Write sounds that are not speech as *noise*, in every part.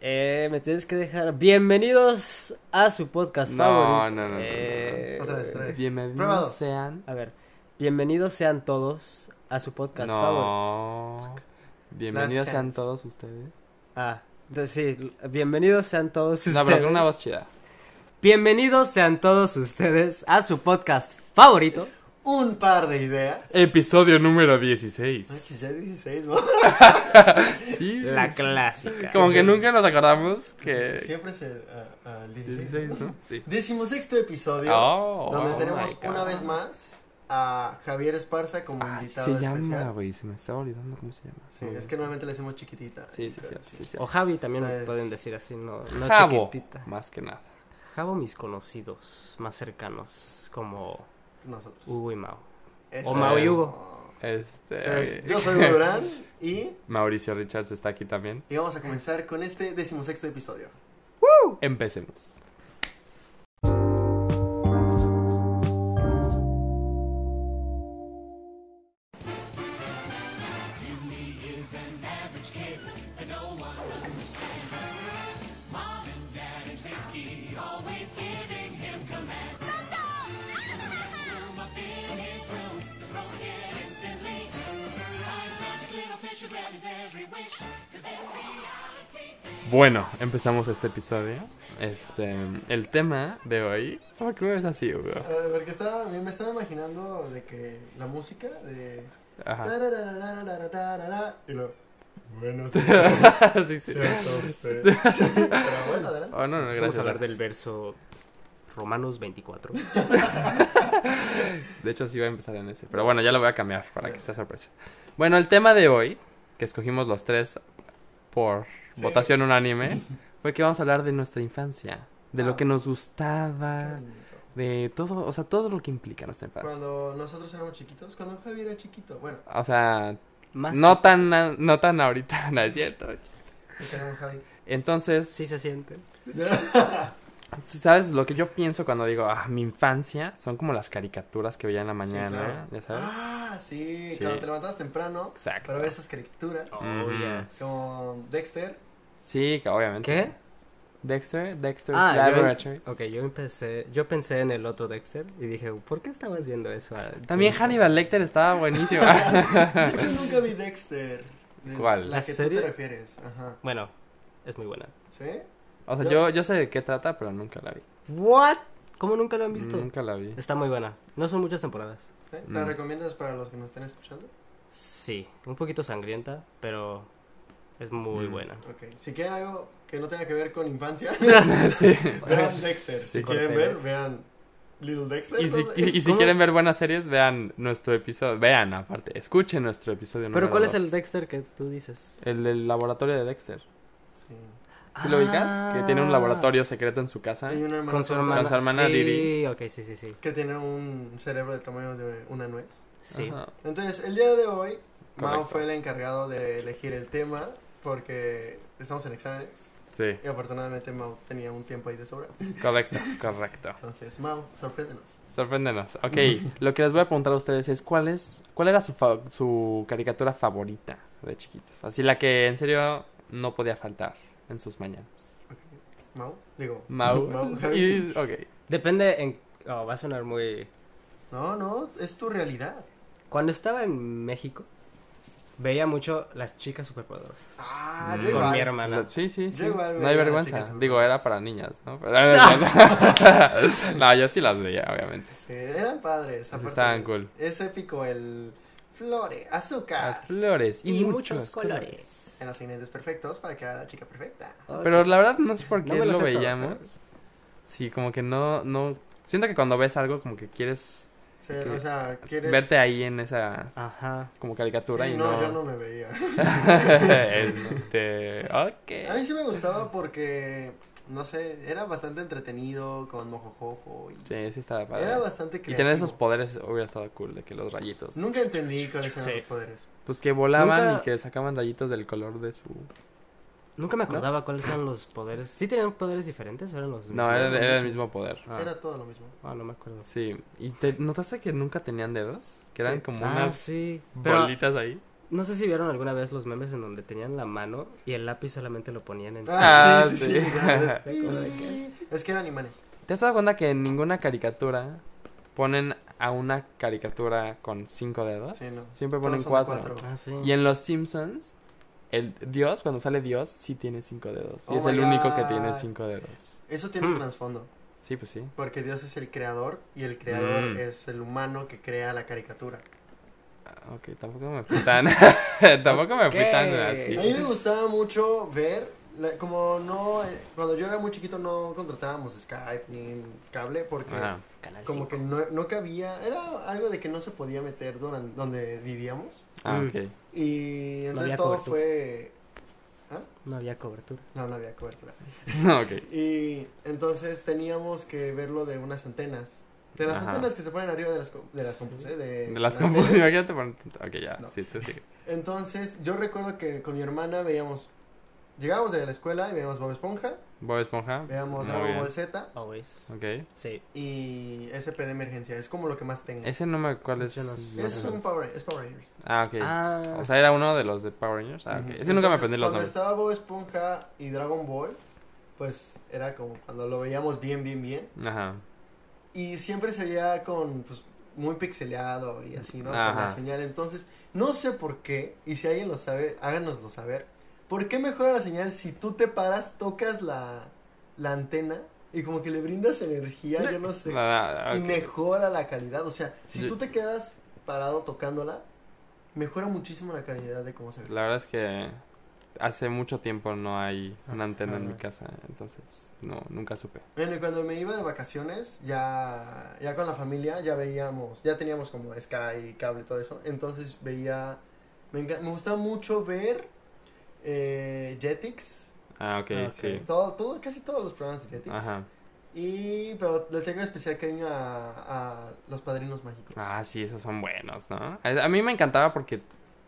Eh, me tienes que dejar. Bienvenidos a su podcast No, favorito. no, no, no, no, Eh, Otra vez, otra vez. Bienvenidos Prueba dos. sean. A ver, bienvenidos sean todos a su podcast favorito. No. Bienvenidos Last sean chance. todos ustedes. Ah, entonces sí, bienvenidos sean todos No, pero ustedes. con una voz chida. Bienvenidos sean todos ustedes a su podcast favorito. Un par de ideas. Episodio número Manches, 16. Ah, ya 16, ¿no? Sí. La clásica. Como que nunca nos acordamos que. Siempre es el, ah, ah, el 16. 16, ¿no? Sí. Decimosexto episodio, Oh, donde oh tenemos my una God. vez más a Javier Esparza como Ah, sí invitado se especial. llama, güey. Se me estaba olvidando cómo se llama. Sí, es que normalmente le decimos chiquitita. Sí, sí, sí. sí, sí. O Javi también Entonces- pueden decir así, no, no Jabo, chiquitita. Más que nada. Jabo mis conocidos más cercanos, como Nosotros. Uh, Hugo y Mao. Eso. o Mau y Hugo. Este. Entonces, Pues, yo soy Hugo Durán y, *laughs* Mauricio Richards está aquí también. y vamos a comenzar con este decimosexto episodio. Empecemos. Bueno, empezamos este episodio. Este, el tema de hoy. ¿Por qué me ves así, Hugo? A ver, Eh, porque estaba, me me estaba imaginando de que la música de... Ajá. tarararararararara, Y lo... Bueno, sí. sí, *laughs* sí. Cierto, ustedes. Pero bueno, adelante. Oh, no, no, gracias. Vamos a hablar del gracias. verso Romanos 24. De hecho, sí voy a empezar en ese. Pero bueno, ya lo voy a cambiar para que sea sorpresa. Bueno, el tema de hoy, que escogimos los tres por Sí. votación unánime, fue que vamos a hablar de nuestra infancia. De lo Ah. que nos Qué gustaba, bonito. de todo, o sea, todo lo que implica nuestra infancia. Cuando nosotros éramos chiquitos, cuando Javier era chiquito, *laughs* bueno, O sea, Más no tan, a- no tan ahorita, *laughs* no es cierto. te queremos Javi. Entonces, Sí se siente. Sí, ¿Sabes? Lo que yo pienso cuando digo, ah, mi infancia, son como las caricaturas que veía en la mañana, claro. ¿ya sabes? Ah, sí, Sí. cuando te levantabas temprano Exacto. para ver esas caricaturas, Oh, Ujú. yes. como Dexter, Sí, que obviamente. ¿Qué? Dexter, Dexter's Ah, yo en- Laboratory. Ok, yo empecé, yo pensé en el otro Dexter y dije, ¿por qué estabas viendo eso? Ah, También tú- Hannibal Lecter estaba *laughs* buenísimo. *laughs* De *laughs* hecho, nunca vi Dexter. De- ¿Cuál? La, ¿La que serie? tú te refieres. Ajá. Bueno, es muy buena. ¿Sí? o sea, yo, yo sé de qué trata, pero nunca la vi. ¿What? ¿Cómo nunca lo han visto? Nunca *laughs* la vi. Está muy buena. No son muchas temporadas. ¿Sí? ¿La Mm. recomiendas para los que nos estén escuchando? Sí, un poquito sangrienta, pero es muy Mm. buena. Ok. Si quieren algo que no tenga que ver con infancia, *laughs* sí. vean Dexter. Si Sí, quieren corte. ver, vean Little Dexter. Y no si, sé. y- y si ¿Cómo? quieren ver buenas series, vean nuestro episodio. Vean, aparte, escuchen nuestro episodio. Pero número ¿cuál es dos. el Dexter que tú dices? El del laboratorio de Dexter. Sí. ¿Sí lo ubicas? Que tiene un Ah, laboratorio secreto en su casa. Hay una hermana con su tonta hermana. Ah, Con su hermana sí, Lily. ok, sí, sí, sí. que tiene un cerebro del tamaño de una nuez. Sí. Ajá. Entonces, el día de hoy, Mao Correcto. fue el encargado de elegir el tema porque estamos en exámenes Sí, y afortunadamente Mao tenía un tiempo ahí de sobra. correcto, correcto. Entonces, Mao, sorpréndenos. Sorpréndenos. *laughs* Ok, lo que les voy a preguntar a ustedes es cuál es, cuál era su, fa- su caricatura favorita de chiquitos. Así la que en serio no podía faltar en sus mañanas. Mau, digo. *laughs* Mau. Javi. Y, ok. Depende en... oh, va a sonar muy... No, no, es tu realidad. Cuando estaba en México, veía mucho las chicas superpoderosas. Ah, Mm. yo con mi igual. hermana. Sí, sí, sí. Yo igual No hay veía vergüenza. chicas Digo, era para niñas, ¿no? Pero- eh, *laughs* *laughs* no, yo sí las veía, obviamente. Sí, eran padres. Sí, aparte, estaban cool. Es épico el flore, azúcar. Las flores y, Y muchos colores. En los ingredientes perfectos para crear a la chica perfecta. Pero la verdad no sé por No me qué lo lo sé todo, veíamos. Sí, como que no, no. Siento que cuando ves algo, como que quieres Sí, Ok. O sea, quieres. Ah. verte ahí en esa Ajá. como caricatura Sí, y no, no. yo no me veía. *laughs* este, A mí ok. sí me gustaba porque, no sé, era bastante entretenido con mojojojo. Y Sí, sí estaba padre. era bastante y creativo. tener esos poderes hubiera estado cool, de que los rayitos. Nunca entendí cuáles eran Sí. los poderes. Pues que volaban Nunca- y que sacaban rayitos del color de su... Pues, Nunca me acordaba cuáles eran los poderes. ¿Sí tenían poderes diferentes o eran los No, era, mismos? era el mismo poder. Ah. Era todo lo mismo. Ah, no me acuerdo. Sí. ¿Y te notaste que nunca tenían dedos? Que eran Sí. como Ah, unas sí. Pero bolitas ahí. No sé si vieron alguna vez los memes en donde tenían la mano y el lápiz solamente lo ponían en... Ah, Ah, sí, sí, sí. sí. *laughs* ya, Me acuerdo de que es- Es que eran imanes. ¿Te has dado cuenta que en ninguna caricatura ponen a una caricatura con cinco dedos? Sí, no. Siempre Todos ponen son de cuatro. cuatro. Ah, sí. Y en Los Simpsons, el Dios, cuando sale Dios, sí tiene cinco dedos. y Oh es my el único que God. tiene cinco dedos. Eso tiene un Mm. trasfondo, Sí, pues sí. porque Dios es el creador y el creador Mm. es el humano que crea la caricatura. Ah, Ok, tampoco me *laughs* pitan. tampoco me Ok. pitan Sí. A mí así. me gustaba mucho ver, la- como no, eh, cuando yo era muy chiquito no contratábamos Skype ni cable porque Ajá. Canal como cinco. que no, no cabía, era algo de que no se podía meter donde, donde vivíamos Ah, Mm. ok. *laughs* y entonces había todo cobertura. fue, No había cobertura. no, no había cobertura. ok. Y entonces teníamos que verlo de unas antenas, de las Ajá. antenas que se ponen arriba de las, com- de las compus, ¿eh? De, De las teles. *laughs* compus, imagínate poner tanto- Ok, ya, No. sí, tú sigue. Entonces yo recuerdo que con mi hermana veíamos, llegábamos de la escuela y veíamos Bob Esponja, Bob Esponja. veíamos Muy Dragon bien. Ball Z. Always. Ok. Sí. y SP de emergencia. Es como lo que más tengo. Es, Ese número, ¿cuál es? Yo no sé. sé cuál un es. Power, es Power Rangers. Ah, ok. Ah, O sea, era uno de los de Power Rangers. Ah, ok. Ujú. Es que nunca me Entonces, aprendí los Cuando nombres. estaba Bob Esponja y Dragon Ball, pues era como cuando lo veíamos bien, bien, bien. Ajá. Y siempre se veía con, pues, muy pixeleado y así, ¿no? Con Ajá. la señal. Entonces, no sé por qué, y si alguien lo sabe, háganoslo saber. ¿Por qué mejora la señal si tú te paras, tocas la, la antena y como que le brindas energía? Yo no sé. Ah, y ok. mejora la calidad. O sea, si Yo- tú te quedas parado tocándola, mejora muchísimo la calidad de cómo se ve. La verdad es que hace mucho tiempo no hay Ah, una antena en Ajá. mi casa, entonces no, nunca supe. Bueno, y cuando me iba de vacaciones, ya, ya con la familia, ya veíamos, ya teníamos como Sky, cable, todo eso. Entonces veía, me, enca- me gustaba mucho ver eh, Jetix, Ah, ok, Ah, ok. sí. todo, todo, casi todos los programas de Jetix. Ajá. Y, pero le tengo especial cariño a, a Los Padrinos Mágicos. Ah, sí, esos son buenos, ¿no? A, a mí me encantaba porque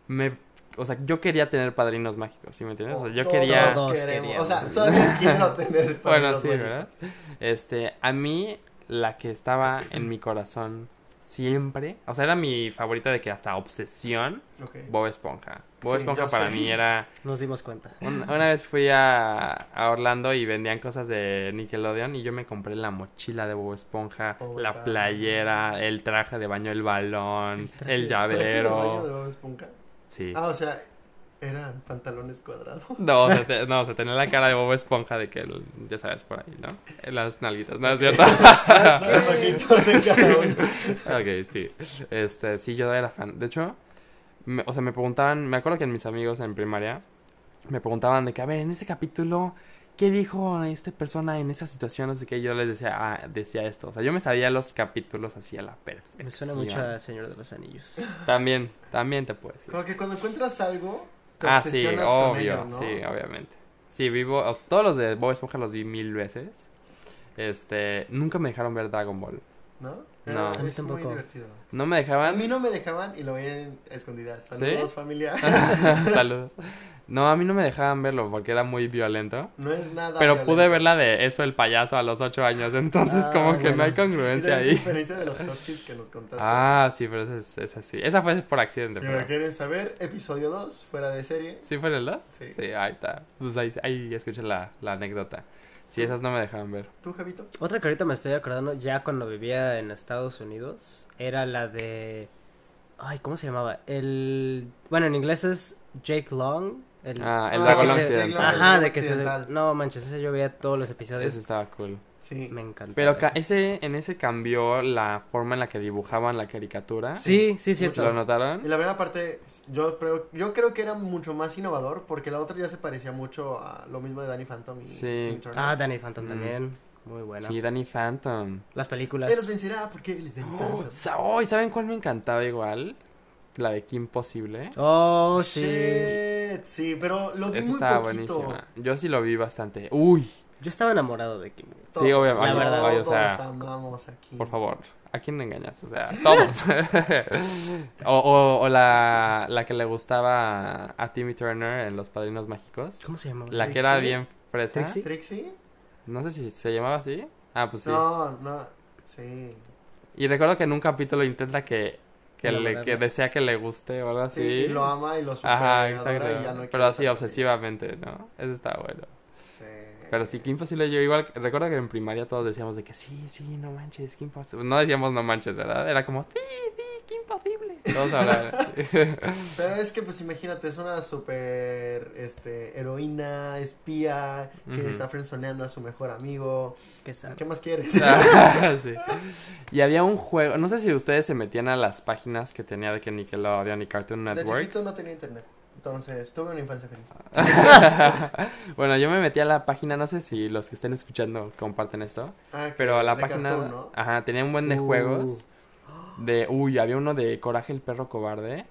me... O sea, yo quería tener padrinos mágicos, ¿sí me entiendes? O sea, yo Oh, Todos quería... Todos queremos, queríamos. O sea, todavía quiero *laughs* tener Bueno, Padrinos sí, Mágicos. ¿verdad? Este, a mí, la que estaba en mi corazón siempre, o sea, era mi favorita de que hasta obsesión, Ok. Bob Esponja. Bob Sí, Esponja yo para sé. mí era... nos dimos cuenta. Un- Una, vez fui a, a Orlando y vendían cosas de Nickelodeon y yo me compré la mochila de Bob Esponja, Oh, la wow. playera, el traje de baño, el balón, el, ¿Traje de baño de llavero. Bob Esponja? Sí. Ah, o sea, eran pantalones cuadrados. No, se te- no, se tenía la cara de Bob Esponja de que, el- ya sabes, por ahí, ¿no? Las nalguitas, ¿no es cierto? *laughs* Los ojitos en cada uno. ok, sí. Este, sí, yo era fan. De hecho, me- o sea, me preguntaban, me acuerdo que en mis amigos en primaria me preguntaban de que, a ver, en este capítulo, ¿qué dijo esta persona en esa situación? Así que yo les decía, ah, decía esto. O sea, yo me sabía los capítulos así a la perfección. Me suena mucho a Señor de los Anillos. También, también te puedo decir. *laughs* Como que cuando encuentras algo, te Ah, sí, obsesionas con obvio, ello, ¿no? sí, obviamente. Sí, vivo, o- todos los de Bob Esponja los vi mil veces. Este, nunca me dejaron ver Dragon Ball. ¿No? No. Era- A mí Es muy tampoco. divertido. No me A dejaban. mí no me dejaban y lo veían escondidas. ¿Sí? Saludos, familia. *laughs* Saludos. *laughs* No, a mí no me dejaban verlo porque era muy violento. No es nada. Pero violento. pude ver la de eso, el payaso, a los ocho años. Entonces, Ah, como que no bueno. hay Y congruencia la ahí. diferencia de los huskies que nos contaste. Ah, sí, pero esa es, esa sí. Esa fue por si accidente. lo pero- quieren saber, episodio 2, fuera de serie. ¿Sí fue en el 2? Sí. ahí está. Pues ahí, ahí escuchen la, la anécdota. Sí, esas no me dejaban ver. ¿Tú, Javito? Otra que ahorita me estoy acordando, ya cuando vivía en Estados Unidos, era la de... Ay, ¿cómo se llamaba? El... Bueno, en inglés es Jake Long. El... Ah, el Ah, dragón que se- occidental. Ajá, El de que se... occidental. No, manches, ese yo veía todos los Eso episodios. estaba cool. Sí. Me encantó. Pero ca- ese, en ese cambió la forma en la que dibujaban la caricatura. Sí, sí, ¿Lo cierto. Y notaron? la primera parte, yo creo, yo creo que era mucho más innovador porque la otra ya se parecía mucho a lo mismo de Danny Phantom y Sí. Tim Turner. Ah, Danny Phantom Mm. también. Muy buena. Sí, Danny Phantom. Las películas. Él los vencerá porque él es Danny Phantom. Sa- oh, ¿y ¿saben cuál me encantaba igual? La de Kim Possible. Oh, sí. Shit, sí, pero lo vi Esa muy estaba poquito. buenísima. Yo sí lo vi bastante. Uy, Yo estaba enamorado de Kim. Sí, obvio, La verdad. obvio, o todos sea, amamos aquí. por favor. ¿A quién me engañas? O sea, todos. *laughs* o o- o la, la que le gustaba a Timmy Turner en Los Padrinos Mágicos. ¿Cómo se llamaba? La que era ¿Trixie? bien fresa. ¿Trixie? ¿Trixie? No sé si se llamaba así. Ah, pues sí. No, no, sí. Y recuerdo que en un capítulo intenta que que, le, que Enamorarla. desea que le guste o algo Sí, así. y lo ama y lo supera. Ah, Ajá, y lo adora exacto. y ya no Pero quiere así saber. obsesivamente, ¿no? Eso está bueno. Sí. Pero sí, qué imposible. Yo igual, recuerdo que en primaria todos decíamos de que sí, sí, no manches, qué imposible. No decíamos no manches, ¿verdad? Era como, sí, sí, qué imposible. Todos hablaban. *laughs* Pero es que, pues imagínate, es una super este, heroína, espía, que Ujú. está frenzoneando a su mejor amigo. Qué sad. ¿Qué más quieres? *laughs* Ah, *laughs* sí. Y había un juego, no sé si ustedes se metían a las páginas que tenía de que Nickelodeon y Cartoon De Network. chiquito no tenía internet. Entonces, tuve una infancia feliz. *laughs* bueno, yo me metí a la página, no sé si los que estén escuchando comparten esto, Ah, pero la de página, Cartoon, ¿no? Uh. ajá, tenía un buen de Uh. juegos. De, uy, había uno de Coraje el perro cobarde.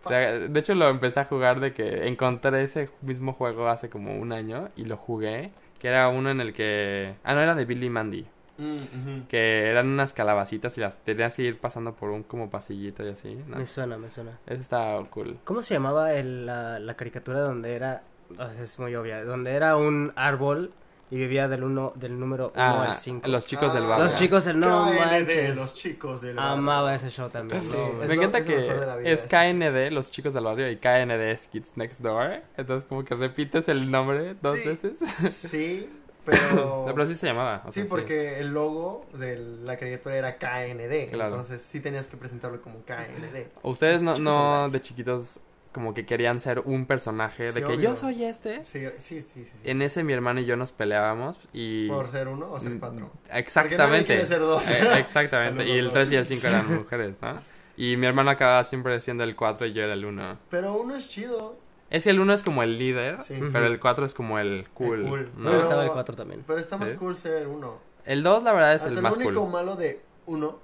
Fuck. De, de hecho lo empecé a jugar de que encontré ese mismo juego hace como un año y lo jugué, que era uno en el que, ah, no, era de Billy Mandy. Mm, ujú. que eran unas calabacitas y las tenías que ir pasando por un como pasillito y así. ¿no? Me suena, me suena. Eso está cool. ¿Cómo se llamaba el- la, la caricatura donde era... ah, Es muy obvia. Donde era un árbol y vivía del uno, del número 1 Ah, al 5. los chicos del Ah, barrio. Los chicos del no KND, manches. Ah, los chicos del barrio. Amaba ese show también. Sí. no, Me Es lo- encanta es lo mejor de la vida, que es eso sí. KND, los chicos del barrio, y KND es Kids Next Door. Entonces, como que repites el nombre dos Sí. *laughs* veces. Sí, pero... *laughs* No, pero sí se llamaba. o Sí, sea, porque el logo de la caricatura era KND, Claro. entonces sí tenías que presentarlo como KND. Ustedes no, Los chicos del no barrio. de chiquitos como que querían ser un personaje Sí, de que obvio. yo soy este. Sí, sí, sí, sí. sí. En ese mi hermano y yo nos peleábamos y... mm, Por ser uno o ser cuatro. Exactamente. Porque nadie quiere ser dos. *laughs* Eh, exactamente. Saludos, y el dos. 3 y el 5 eran mujeres, ¿no? Y mi hermano acababa siempre siendo el 4 y yo era el 1. Pero uno es chido, Es que el 1 es como el líder, Sí. pero el 4 es como el cool. cool. ¿no? Me Pero- gustaba el 4 también. pero está más Sí. cool ser uno. El 2 la verdad es Hasta el el más único cool. malo de uno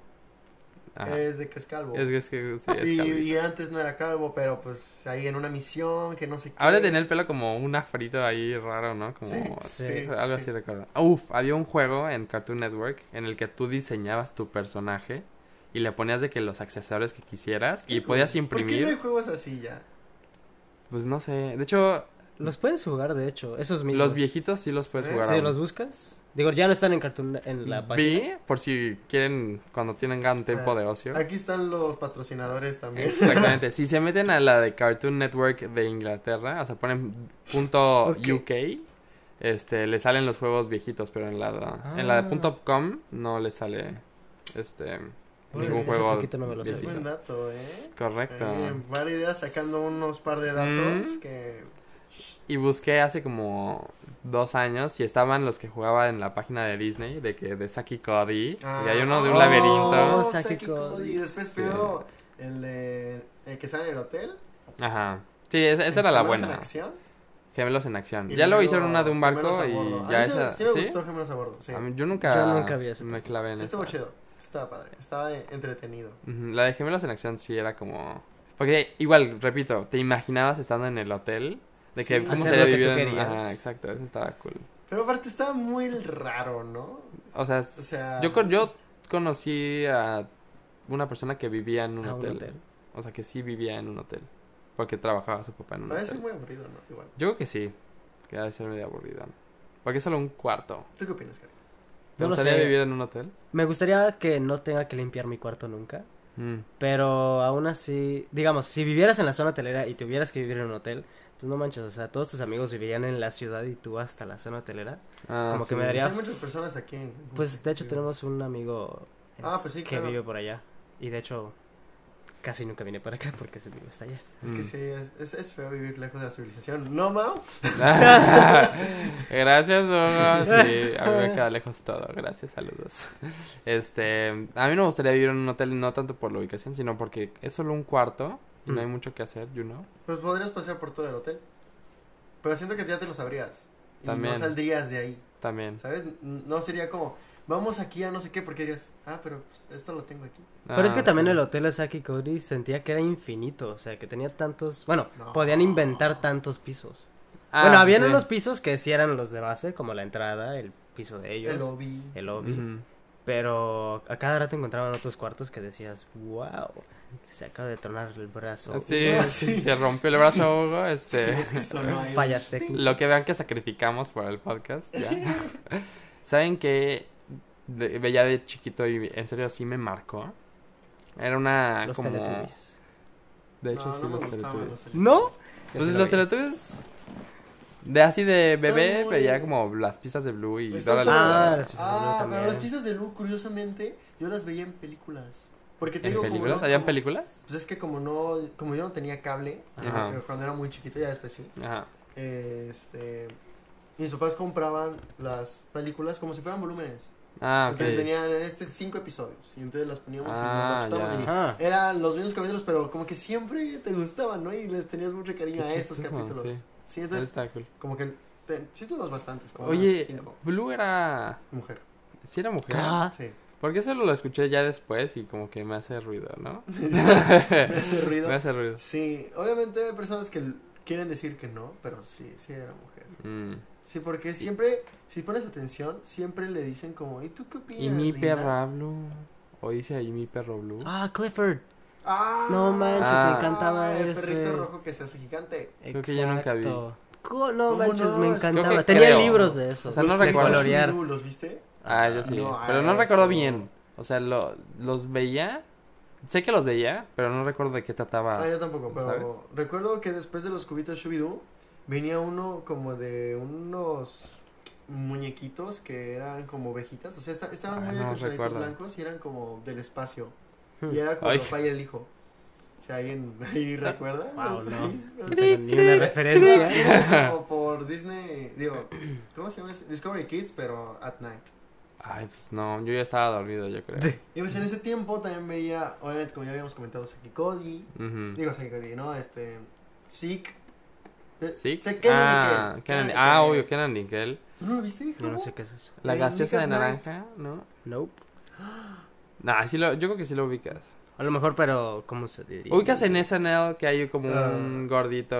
Ajá. es de que es calvo. Es que es que sí, es y, calvito. y antes no era calvo, pero pues ahí en una misión que no sé qué. Ahora tenía el pelo como un afrito ahí raro, ¿no? Como Sí, sí, algo sí. así recuerdo. Uf, había un juego en Cartoon Network en el que tú diseñabas tu personaje y le ponías de que los accesorios que quisieras y podías ¿Por qué no hay imprimir. juegos así ya? Pues no sé. De hecho, Los puedes jugar, de hecho. Esos mismos. Los viejitos sí los puedes Sí. jugar. Si aún. los buscas. Digo, ya no están en, cartoon, en la página. Vi, por si quieren, cuando tengan Ah. tiempo de ocio. Aquí están los patrocinadores Eh, también. *laughs* Exactamente. si se meten a la de Cartoon Network de Inglaterra, o sea, ponen punto Ok. .uk, este, le salen los juegos viejitos, pero en la, en la de punto Ah. .com no le sale, este, Oye, ningún ese juego truquito no me lo Es Sí, viejito. sabía. buen dato, ¿eh? Correcto. Ahí en par de ideas sacando unos par de datos Mm. que... Y busqué hace como dos años y estaban los que jugaba en la página de Disney, de que de Saki Cody, y hay uno de un Ah. laberinto. Oh, Saki Saki Cody. Cody. Y después Sí. pero el de... El que estaba en el hotel. Ajá. Sí, esa, esa era la Gemelos buena. En acción, Gemelos en acción. y ya luego luego hicieron una de un Gemelos barco a y bordo. A ya mí sí me- esa. Sí me ¿sí? gustó Gemelos a Bordo, sí. A mí- yo nunca, Yo nunca vi esa me clavé en Sí, eso. estuvo chido. Estaba padre. Estaba eh, entretenido. La de Gemelos en acción sí era como. Porque igual, repito, te imaginabas estando en el hotel. De que Sí. cómo Hacer sería lo que tú vivir en. querías. Ajá, exacto, eso estaba cool. Pero aparte estaba muy raro, ¿no? O sea, sea- yo, con- yo conocí a una persona que vivía en un, A un hotel. hotel. O sea, que sí vivía en un hotel. Porque trabajaba su papá en un Parece hotel. muy aburrido, ¿no? Igual. Yo creo que sí. Que ha de ser medio aburrida. Porque es solo un cuarto. ¿Tú qué opinas, Karen? ¿Te No lo gustaría sé. vivir en un hotel? Me gustaría que no tenga que limpiar mi cuarto nunca. Mm. Pero aún así, digamos, si vivieras en la zona hotelera y tuvieras que vivir en un hotel, pues no manches, o sea, todos tus amigos vivirían en la ciudad y tú hasta la zona hotelera. Ah, Como que sí. me daría- Sería- Pues hay muchas personas aquí. en Cancún Pues que de hecho vivimos. tenemos un amigo Ah, es, pues sí, que claro. vive por allá. Y de hecho, casi nunca vine para acá porque su amigo está allá. Es Mm. que sí, es, es, es feo vivir lejos de la civilización. ¿No, Mao? *laughs* gracias, Hugo. Sí, a mí me queda lejos todo. Gracias, saludos. Este, a mí no me gustaría vivir en un hotel, no tanto por la ubicación, sino porque es solo un cuarto y no hay Mm. mucho que hacer, you know. Pues podrías pasear por todo el hotel. Pero siento que ya te lo sabrías. Y También. no saldrías de ahí, También. ¿sabes? N- No sería como, vamos aquí a no sé qué, porque dirías, ah, pero pues, esto lo tengo aquí. Pero es que Ah, también sí. el hotel de Saki Cody sentía que era infinito, o sea, que tenía tantos, bueno, No. podían inventar tantos pisos. Ah, bueno, habían sí. unos pisos que sí eran los de base, como la entrada, el piso de ellos, El lobby. *laughs* el lobby, Ujú. pero a cada rato encontraban otros cuartos que decías, wow, se acaba de tronar el brazo. *laughs* Sí, *laughs* Ah, sí, sí. se rompió el brazo, Hugo. Este, Es que sonó ahí. Fallas técnicas. lo que vean que sacrificamos por el podcast, *laughs* ya. ¿Saben que veía de chiquito y en serio sí me marcó? Era una Los como... Teletubbies. De hecho, no, sí, no Pues, me los gustaban Teletubbies. los ¿No? Yo Teletubbies. sí Entonces la los vi. Teletubbies de así de Están bebé, muy- Pues veía como las pistas de Blue y Están Dora la Ah, Exploradora. sobre- las pistas de Blue Ah, pero también. las pistas de Lu, curiosamente, yo las veía en películas. Porque te ¿En digo, como. películas? no- ¿Habían películas? Pues es que como no, como yo no tenía cable, Ajá. eh, cuando era muy chiquito, ya después sí, Ajá. este, mis papás compraban las películas como si fueran volúmenes. Ah, ok. Entonces venían en este cinco episodios y entonces las poníamos Ah, y nos la ya. gustábamos Ajá. y eran los mismos capítulos, pero como que siempre te gustaban, ¿no? Y les tenías mucho cariño Qué a estos chistoso, capítulos. sí. Sí, Eso entonces está cool. como que te, sí tuvimos bastantes, como unas Oye, cinco. Blue era... Mujer, Sí era Eh, mujer. Ca- *laughs* sí. *laughs* Porque eso lo escuché ya después y como que me hace ruido, ¿no? Me hace ruido. Me hace ruido. Sí, obviamente hay personas que l- quieren decir que no, pero sí, sí era mujer. Mm. Sí, porque siempre, si pones atención, siempre le dicen como, ¿y tú qué opinas? ¿Y mi linda?" perra Blue? ¿O dice ahí mi perro Blue? Ah, Clifford. ¡Ah! No manches, me Ah. encantaba El ese. perrito rojo que se hace gigante. Creo que yo nunca vi. Exacto. Co- No ¿Cómo manches, no? me Es- Creo encantaba. que Tenía creo. libros de eso. O sea, no Los recuerdo. Playboy colorear. Blue, ¿Los viste? Ah, yo sí. No, pero no eso. recuerdo bien. O sea, lo, los veía. Sé que los veía, pero no recuerdo de qué trataba. Ah, yo tampoco, pero ¿Sabes? recuerdo que después de los cubitos Shubidú venía uno como de unos muñequitos que eran como ovejitas, o sea, esta- estaban Ay, muy Ah, no acolchonaditos recuerdo. blancos y eran como del espacio. Hmm. Y era como Ay. Ah, el papá y el hijo. Si alguien ahí recuerda. Wow, Sí, no. No sé. tengo ni una *laughs* Sí, referencia. era como por Disney, digo, ¿cómo se llama? ese? Discovery Kids, pero at night. Ay, pues no, yo ya estaba dormido, yo creo. Y pues en ese tiempo también veía, obviamente como ya habíamos comentado, Saki Cody, Ujú. digo Saki Cody, ¿no? Este, Zeke. Eh, ¿Sí? o sea, Kenan y Ah, Kenan- Kel, Kenan y ah, Kel. obvio, Kenan Nickel. ¿Tú no lo viste, hijo? Yo no sé qué es eso. La El gaseosa de Midnight. naranja, ¿no? Nope. Nah, sí lo, yo creo que sí lo ubicas. A lo mejor, pero ¿cómo se diría? Ubicas en SNL que hay como Ah. un gordito.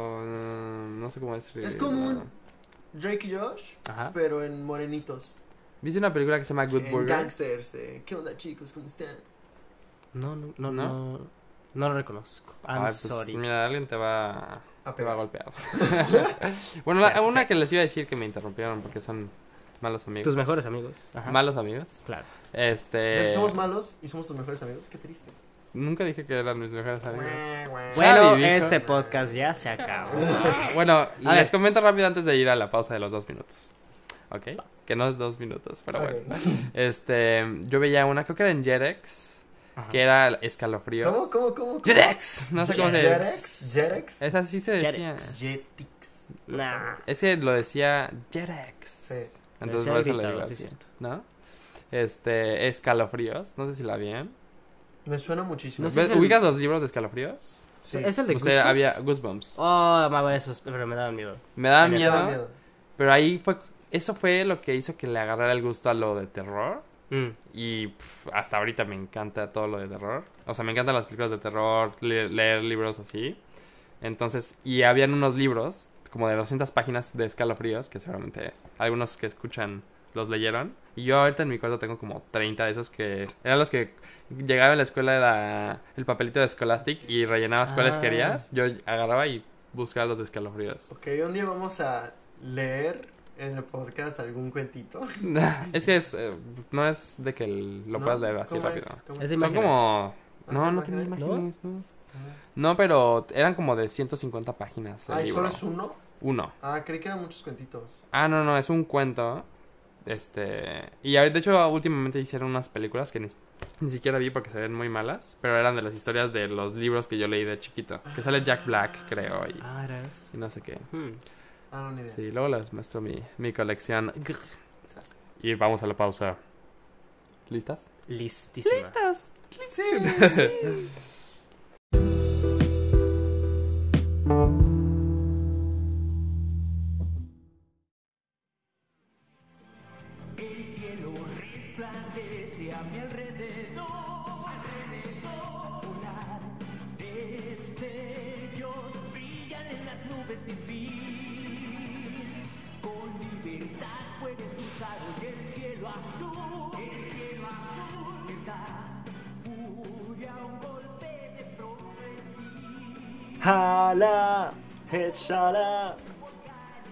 mm, No sé cómo describirlo. Es como un Drake y Josh, Ajá. pero en morenitos. ¿Viste una película que se llama Good en Burger? gangsters. de, ¿Qué onda, chicos? ¿Cómo están? No, no, no, ¿No? no, no lo reconozco. Ah, I'm pues, sorry. Mira, alguien te va. A Te va a pegar. *laughs* golpear. *laughs* bueno, la- una que les iba a decir que me interrumpieron porque son malos amigos. Tus mejores amigos. Ajá. Malos amigos. Claro. Este. Entonces, somos malos y somos tus mejores amigos. Qué triste. Nunca dije que eran mis mejores Ah. amigos. Bueno, dijo. este podcast ya se acabó. *laughs* Ah, bueno, A les ver. comento rápido antes de ir a la pausa de los dos minutos. ¿Ok? Que no es dos minutos, pero Ok. bueno. Este. Yo veía una, creo que era en Jerex, Ajá. que era escalofrío. ¿Cómo, cómo, cómo? cómo? ¡Jerex! No sé cómo se Jerex. Jerex. Esa sí se decía. Jerex. Jetix. Nah. Es que lo decía Jerex. Sí. Entonces Decía por eso le gritado, digo sí, así, cierto. ¿no? Este, escalofríos, no sé si la vieron. Me suena muchísimo. No sé ¿Ves- si el- ¿Ubicas los libros de escalofríos? Sí. ¿Es el de O sea, había Goosebumps? Goosebumps. Oh, amaba esos, pero me daban miedo. Me daba Me Me miedo, da pero ahí fue, eso fue lo que hizo que le agarrara el gusto a lo de terror. Mm. Y pf, hasta ahorita me encanta todo lo de terror. O sea, me encantan las películas de terror, le- leer libros así. Entonces, y habían unos libros, como de 200 páginas de escalofríos, que seguramente algunos que escuchan los leyeron. Y yo ahorita en mi cuarto tengo como 30 de esos que eran los que llegaba a la escuela era el papelito de Scholastic y rellenabas cuáles Ah. querías. Yo agarraba y buscaba los de escalofríos. *laughs* Ok, un día vamos a leer en el podcast algún cuentito. es que es, eh, no es de que lo ¿No? puedas leer así ¿Cómo rápido. es? ¿Cómo Es es? Son Imágenes. como... ¿Ah, No, son no tenía imágenes? ¿No? imágenes, no. No, pero eran como de 150 páginas. el Ah, ¿y libro. solo es uno? Uno. Ah, creí que eran muchos cuentitos. Ah, no, no, es un cuento. Este. Y a- de hecho, últimamente hicieron unas películas que ni, ni siquiera vi porque se ven muy malas. Pero eran de las historias de los libros que yo leí de chiquito. Que sale Jack Black, creo, y, Ah, era eso. y no sé qué. Mm. Ah, no, ni idea. Sí, luego les muestro mi, mi colección. Grr. Y vamos a la pausa. ¿Listas? Listísima. Sí, El cielo resplandece a mi alrededor, alrededor volar. Destellos brillan en las nubes sin fin. Con libertad puedes cruzar hoy el cielo azul, el cielo azul que da furia a un golpe de pronto en ti. Jala, headshot.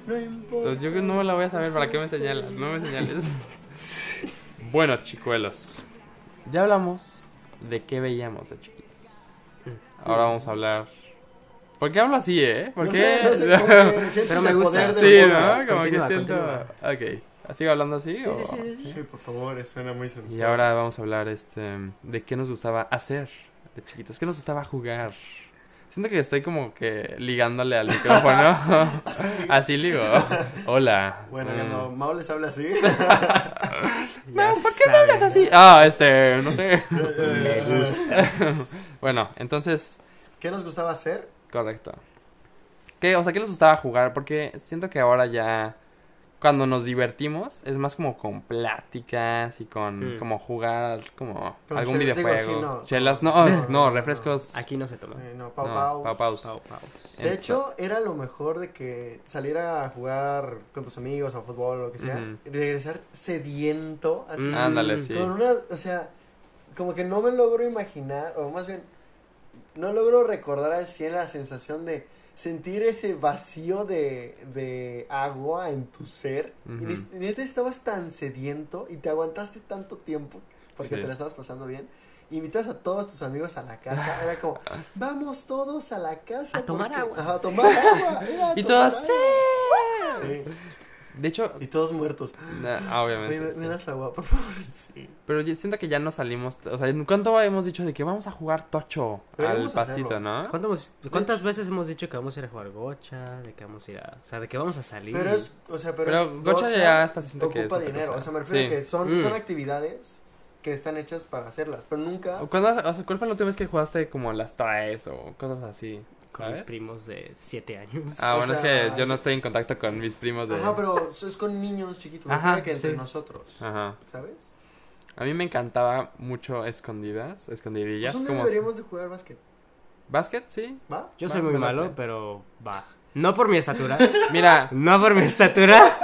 No importa. Pues yo que no me la voy a saber, ¿para qué me *laughs* señalas? No me señales. bueno, chicuelos. Ya hablamos de qué veíamos de chiquitos. Ahora vamos a hablar. ¿Por qué hablo así, eh? ¿Por Mm. no qué? *laughs* sé, no sé, como que sientes Pero me el gusta. poder Sí, del ¿no? podcast. Como Continúa, que siento. Ok. ¿Sigo hablando así? Sí, o- sí, sí, sí, sí. Sí, por favor, suena muy sensual. Y ahora vamos a hablar este, de qué nos gustaba hacer de chiquitos. ¿Qué nos gustaba jugar? Siento que estoy como que ligándole al *laughs* micrófono. Así, así ligo. Hola. Bueno, Mm. cuando Mao les habla *laughs* así. *laughs* eh, Ya ¿Por qué me *laughs* saben, hablas ¿no? así? Ah, este, no sé. *laughs* Me gusta. bueno, entonces, eh, ¿Qué nos gustaba hacer? Correcto. ¿Qué, o sea, ¿qué les gustaba jugar? Porque siento que ahora ya, cuando nos divertimos, es más como con pláticas y con Mm. como jugar como Con algún chela- digo, videojuego. sí, no, Chelas, no, no, no, no, no, refrescos. Aquí no se toma. Eh, no, no, pau Pau Eh, Paus. Pau, pau. De hecho, era lo mejor de que saliera a jugar con tus amigos o fútbol o lo que sea. Ujú. y regresar sediento, así. Mm, Ándale, sí. Con una, o sea, como que no me logro imaginar, o más bien, no logro recordar al 100 la sensación de sentir ese vacío de, de agua en tu ser. Ujú. Y nes- neta estabas tan sediento y te aguantaste tanto tiempo porque Sí. te la estabas pasando bien. Invitas a todos tus amigos a la casa. Era *laughs* como, vamos todos a la casa. A tomar agua. Ajá, a tomar *laughs* agua. era a Y tomar todos, agua. Sí. De hecho, Y todos muertos. ah, obviamente. Oye, ¿me, me sí. das agua, por favor? *laughs* Sí. Pero yo siento que ya no salimos, o sea, ¿cuánto hemos dicho de que vamos a jugar tocho al Deberíamos pastito, hacerlo. no? ¿Cuánto hemos- ¿Cuántas veces hemos dicho que vamos a ir a jugar gocha? De que vamos a ir a... O sea, de que vamos a salir. Pero es, o sea, pero, Pero es Gocha ya hasta siento que ocupa es otra dinero. cosa. O sea, me refiero Sí. que son, Mm. son actividades que están hechas para hacerlas, pero nunca. ¿O cuándo- o sea, ¿Cuál fue la última vez que jugaste como las traes o cosas así? Con mis ¿Sabes? primos de 7 años. Ah, O bueno, es sea, que yo no estoy en contacto con mis primos de... Ajá, pero eso es con niños chiquitos, me Ajá, refiero que entre sí. nosotros, Ajá. ¿sabes? A mí me encantaba mucho escondidas, escondidillas. Pues un día como... deberíamos de jugar básquet, ¿Básquet? Sí. ¿va? Yo Va, soy muy me late. malo, pero va. No por mi estatura. *laughs* Mira, No por mi estatura.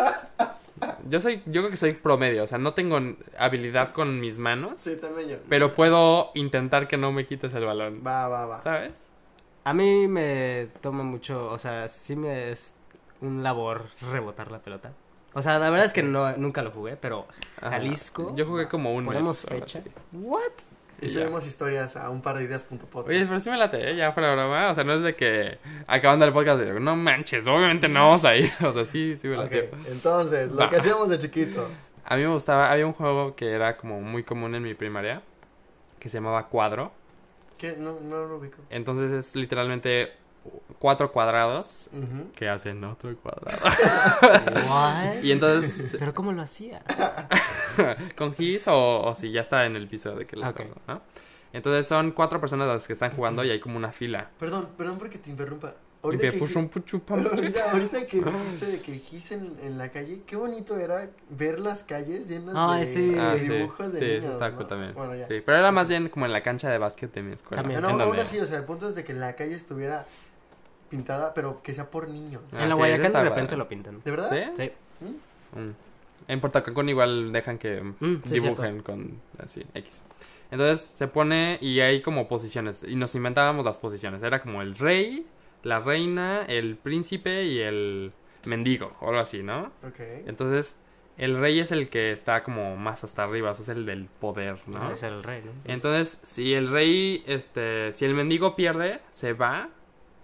yo soy, yo creo que soy promedio, o sea, no tengo n- habilidad con mis manos, Sí, también yo. pero puedo intentar que no me quites el balón, Va, va, va. ¿sabes? A mí me toma mucho, o sea, sí me es un labor rebotar la pelota. O sea, la verdad es que no, nunca lo jugué, pero Ajá. Jalisco. Yo jugué como un mes, ponemos ahora fecha. sí. ¿What? Y subimos historias a un par de ideas.podcast. Oye, pero sí me late, ¿eh? ya fuera de broma, o sea, no es de que acabando el podcast, digo, no manches, obviamente no vamos a ir, *laughs* o sea, sí, sí me late. Ok, entonces, lo Va. que hacíamos *laughs* de chiquitos. A mí me gustaba, había un juego que era como muy común en mi primaria, que se llamaba cuadro. ¿Qué? No, no lo ubico. Entonces es literalmente cuatro cuadrados Ujú. que hacen otro cuadrado. *laughs* What? *laughs* Y entonces ¿Pero cómo lo hacía? con gis o, o si ya está en el piso de que les Ok. pongo, ¿no? Entonces son cuatro personas las que están jugando y hay como una fila. Perdón, perdón porque te interrumpa. Y Ahorita me que- puso un puchu *laughs* pam, Pero puchu. ahorita, ahorita que dijiste de que gis en, en la calle, qué bonito era ver las calles llenas Ay, de, sí. de Ah, sí, dibujos de sí, niños. eso está ¿no? cool también. Bueno, ya. Sí, pero era más bien como en la cancha de básquet de mi escuela. También. No, en no, aún donde- así, o sea, el punto es de que la calle estuviera pintada, pero que sea por niños. Ah, en la sí, Guayacán está de repente padre. lo pintan. ¿De verdad? ¿Sí? Sí. Mm. En Puerto Cancún igual dejan que Mm, sí, dibujen con así X. Entonces se pone y hay como posiciones y nos inventábamos las posiciones. Era como el rey, la reina, el príncipe y el mendigo o algo así, ¿no? Ok. Entonces el rey es el que está como más hasta arriba, o sea, es el del poder, ¿no? Es el rey, ¿no? Entonces si el rey, este, si el mendigo pierde, se va,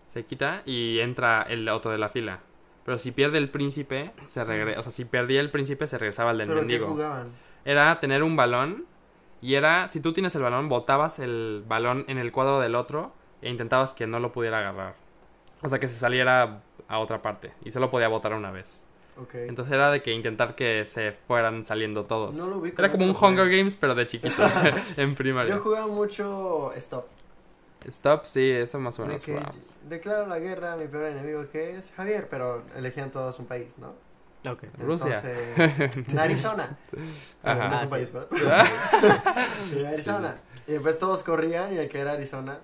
se quita y entra el otro de la fila. Pero si pierde el príncipe, se regresa. O sea, si perdía el príncipe, se regresaba el del ¿Pero qué mendigo jugaban? era tener un balón y era, si tú tienes el balón, botabas el balón en el cuadro del otro e intentabas que no lo pudiera agarrar. O sea, que se saliera a otra parte y solo podía botar una vez. Ok. Entonces era de que intentar que se fueran saliendo todos. No lo ubico, era no como lo un jugué. Hunger Games, pero de chiquitos *laughs* en primaria. *laughs* Yo jugaba mucho Stop. Stop, sí, eso más o De menos que jugábamos. declaro la guerra a mi peor enemigo que es Javier, pero elegían todos un país, ¿no? Ok. Rusia. *laughs* Entonces, Arizona. Ajá. *laughs* No es un Ah, país, sí. ¿verdad? Sí, Arizona. Y después todos corrían y el que era Arizona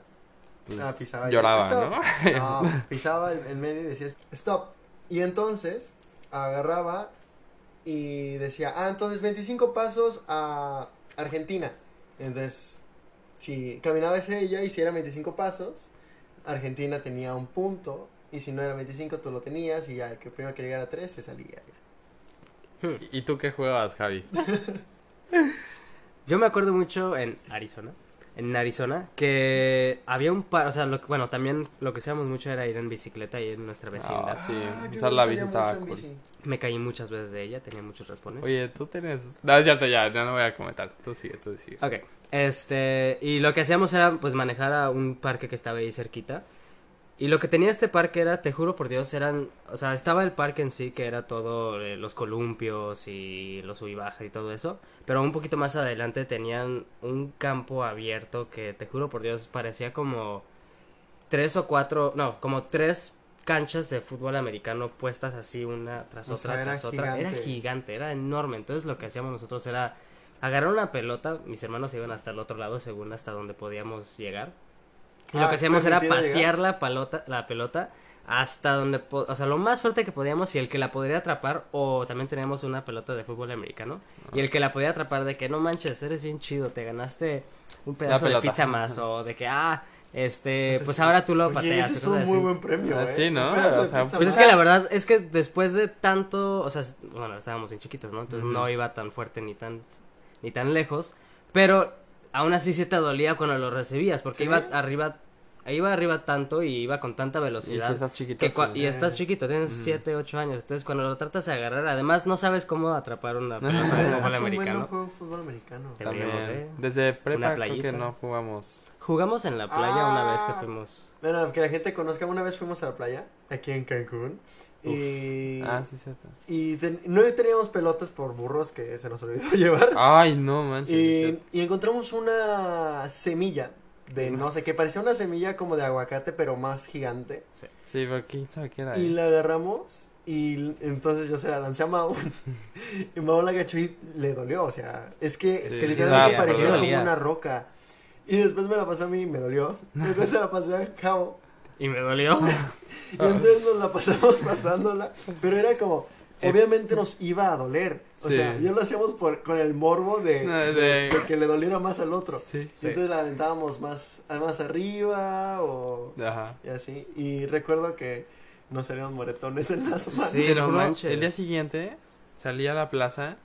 Pues, Ah, pisaba yo. lloraba, Stop. ¿no? *laughs* No, pisaba el, el medio y decía stop. Y entonces agarraba y decía, ah, entonces 25 pasos a Argentina. Entonces, si caminaba hacia ella y si eran 25 pasos, Argentina tenía un punto. Y si no era 25, tú lo tenías. Y ya el que primero que llegara a 3 se salía. ya. *laughs* ¿Y tú qué jugabas, Javi? Yo me acuerdo mucho en Arizona. en Arizona, que había un par, o sea, lo que- bueno, también lo que hacíamos mucho era ir en bicicleta y en nuestra vecindad. Ah, sí, yo usar no la salía bici mucho estaba en cool. bici. Me caí muchas veces de ella, tenía muchos raspones. Oye, tú tienes... No, es cierto, ya, ya no voy a comentar. Tú sigue, tú sigue. Ok, este, y lo que hacíamos era pues manejar a un parque que estaba ahí cerquita. Y lo que tenía este parque era, te juro por Dios, eran, o sea, estaba el parque en sí que era todo, eh, los columpios y los subibaja y todo eso. Pero un poquito más adelante tenían un campo abierto que, te juro por Dios, parecía como tres o cuatro, no, como tres canchas de fútbol americano puestas así una tras O otra, sea, era tras otra. Era gigante. gigante, era enorme. Entonces lo que hacíamos nosotros era agarrar una pelota, mis hermanos se iban hasta el otro lado según hasta donde podíamos llegar. Y lo Ah, que hacíamos era ¿permitía llegar? patear la pelota, la pelota hasta donde, po- o sea, lo más fuerte que podíamos y el que la podría atrapar o también teníamos una pelota de fútbol americano y el que la podía atrapar de que no manches, eres bien chido, te ganaste un pedazo de pelota. pizza más o de que ah, este, Ese pues sí. ahora tú lo Oye, pateas. ese es o un cosas muy así. buen premio, Ah, ¿eh? sí, Un ¿no? pedazo O de sea, pizza Pues es más. que la verdad es que después de tanto, o sea, es- bueno, estábamos bien chiquitos, ¿no? Entonces no iba tan fuerte ni tan ni tan lejos, pero aún así sí te dolía cuando lo recibías porque Sí. iba arriba iba arriba tanto y iba con tanta Y velocidad. si estás chiquito... que cua- sí. y estás chiquito, tienes 7, 8 años, entonces cuando lo tratas de agarrar, además no sabes cómo atrapar *laughs* una pelota de Hace fútbol un buen americano. juego de fútbol americano. Te- También. Deberíamos, ¿eh? Desde prepa creo playita. que no jugamos. Jugamos en la playa una vez que Ah. fuimos. Bueno, que la gente conozca, una vez fuimos a la playa, aquí en Cancún, y, Ah, sí, cierto. y ten- no teníamos pelotas por burros que se nos olvidó *laughs* llevar, Ay, no manches. es y, cierto. y encontramos una semilla de no sé qué, parecía una semilla como de aguacate, pero más gigante, Sí, pero quién sabe qué era. y eh? la agarramos, y l- entonces yo se la lancé a *laughs* Mao, y Mao la agachó y le dolió, o sea, es que, es Sí, que sí, literalmente dolía, parecía dolía. como una roca, y después me la pasó a mí y me dolió, *laughs* después se la pasé a Jao, Y me dolió. Y Ah. entonces nos la pasamos *laughs* pasándola, pero era como, obviamente nos iba a doler. O Eh. Sí. sea, yo lo hacíamos por, con el morbo de, No, de- de- de que le doliera más al otro. Sí. Y entonces la aventábamos más, más arriba o Ajá. y así. Y recuerdo que nos salieron moretones en las manos. Sí, Pero no *laughs* bro, manches. el día siguiente salí a la plaza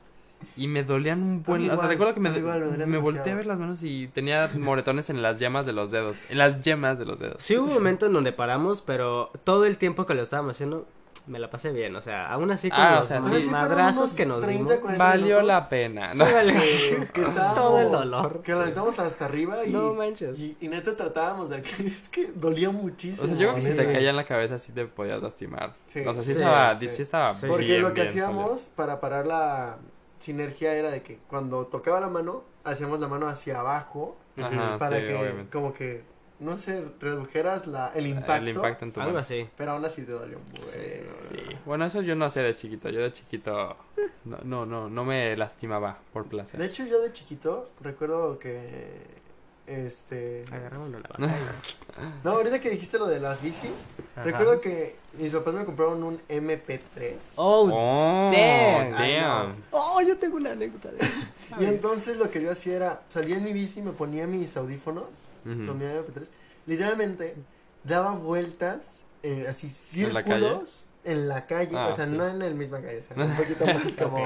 y me dolían un buen... mí o sea, igual, recuerdo que me, a mí igual, me dolían me volteé a demasiado. ver las manos y tenía moretones en las yemas de los dedos. En las yemas de los dedos. Sí hubo un momento en donde paramos, pero todo el tiempo que lo estábamos haciendo me la pasé bien, o sea, aún así con Ah, o los sea, O sea, sí fueron madrazos unos que nos 30, dimos. 40 Valió minutos la *laughs* pena. Sí, ¿no? vale. que- que estábamos- todo el dolor. Que la aventamos hasta arriba y, No manches. y, y neta tratábamos de alcanzar. Es que *laughs* dolía O muchísimo. sea, yo creo que si te neta. caía en la cabeza sí te podías lastimar. Sí. o sea, Sí, sí, estaba, sí. sí estaba Sí. Porque bien, lo que bien sólido. hacíamos para parar la sinergia era de que cuando tocaba la mano, hacíamos la mano hacia abajo Ajá, para Ah, sí, que obviamente. como que, no sé, redujeras la, el, impacto, El impacto en tu Algo mano. así. Pero aún así te dolió un buen. Sí. Bueno, eso yo no sé de chiquito. Yo de chiquito no, no, no, no me lastimaba por placer. De hecho, yo de chiquito recuerdo que... Este... Agarramos una batalla. No, ahorita que dijiste lo de las bicis, Ajá. recuerdo que mis papás me compraron un MP3. Oh, Oh, damn. damn. oh, yo tengo una anécdota *laughs* de eso. Y entonces lo que yo hacía era, salía en mi bici, me ponía mis audífonos, Ujú. con mi MP3, literalmente daba vueltas, eh, así ¿En la calle? círculos en la calle, Ah, o sea, sí. no en la misma calle, o sea, un *laughs* poquito más como